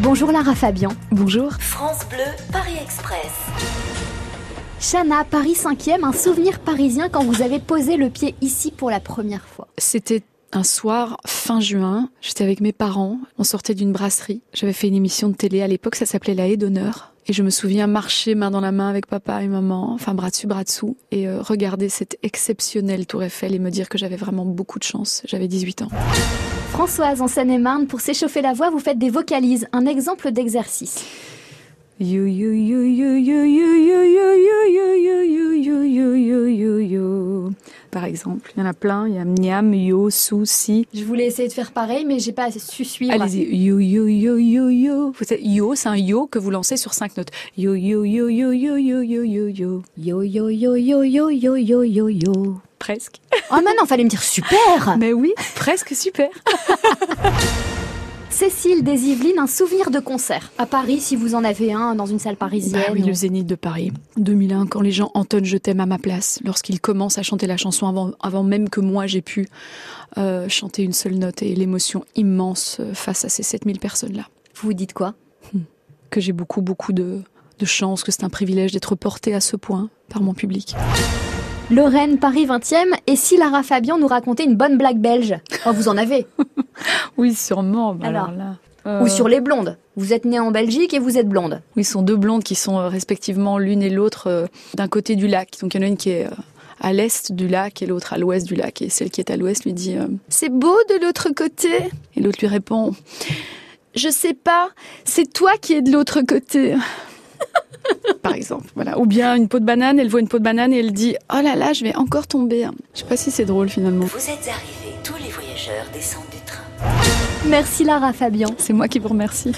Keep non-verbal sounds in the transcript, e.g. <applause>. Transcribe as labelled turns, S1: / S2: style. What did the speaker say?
S1: Bonjour Lara Fabian.
S2: Bonjour.
S3: France Bleu, Paris Express.
S1: Chana, Paris 5e, un souvenir parisien quand vous avez posé le pied ici pour la première fois.
S2: C'était un soir, fin juin, j'étais avec mes parents, on sortait d'une brasserie. J'avais fait une émission de télé à l'époque, ça s'appelait La Haie d'honneur. Et je me souviens marcher main dans la main avec papa et maman, enfin bras dessus, bras dessous, et euh, regarder cette exceptionnelle tour Eiffel et me dire que j'avais vraiment beaucoup de chance. J'avais 18 ans.
S1: Françoise, en Seine-et-Marne, pour s'échauffer la voix, vous faites des vocalises, un exemple d'exercice.
S2: You, you, you, you, you, you, you, you, you, you, you, you, you, you, you, you. Par exemple, il y en a plein. Il y a Miam, Yo, Sou, Si.
S1: Je voulais essayer de faire pareil, mais j'ai pas su suivre.
S2: Allez-y. Yo, yo, yo, yo, yo. Vous savez, Yo, c'est un yo que vous lancez sur cinq notes. Yo, yo, yo, yo, yo, yo, yo, yo, yo.
S1: Yo, yo, yo, yo, yo, yo, yo, yo, <laughs> yo.
S2: Presque.
S1: Oh maintenant, fallait me dire super
S2: Mais oui, <laughs> presque super.
S1: Cécile des Yvelines, un souvenir de concert. À Paris, si vous en avez un, dans une salle parisienne.
S2: Bah oui,
S1: ou-
S2: le Zénith de Paris, 2001, quand les gens entonnent Je t'aime à ma place, lorsqu'ils commencent à chanter la chanson avant, avant même que moi j'ai pu euh, chanter une seule note et l'émotion immense euh, face à ces 7000 personnes-là.
S1: Vous vous dites quoi
S2: Que j'ai beaucoup, beaucoup de, de chance, que c'est un privilège d'être porté à ce point par mon public.
S1: Lorraine, Paris 20e, et si Lara Fabian nous racontait une bonne blague belge Oh, vous en avez
S2: Oui, sûrement.
S1: bah alors
S2: là. Euh,
S1: Ou sur les blondes. Vous êtes née en Belgique et vous êtes blonde.
S2: Oui, ce sont deux blondes qui sont euh, respectivement l'une et l'autre euh, d'un côté du lac. Donc il y en a une qui est euh, à l'est du lac et l'autre à l'ouest du lac. Et celle qui est à l'ouest lui dit euh, C'est beau de l'autre côté Et l'autre lui répond Je sais pas, c'est toi qui es de l'autre côté. <laughs> Par exemple, voilà. Ou bien une peau de banane, elle voit une peau de banane et elle dit Oh là là, je vais encore tomber. Je sais pas si c'est drôle finalement.
S3: Vous êtes arrivés. Tous les voyageurs descendent du train.
S1: Merci Lara Fabian.
S2: C'est moi qui vous remercie.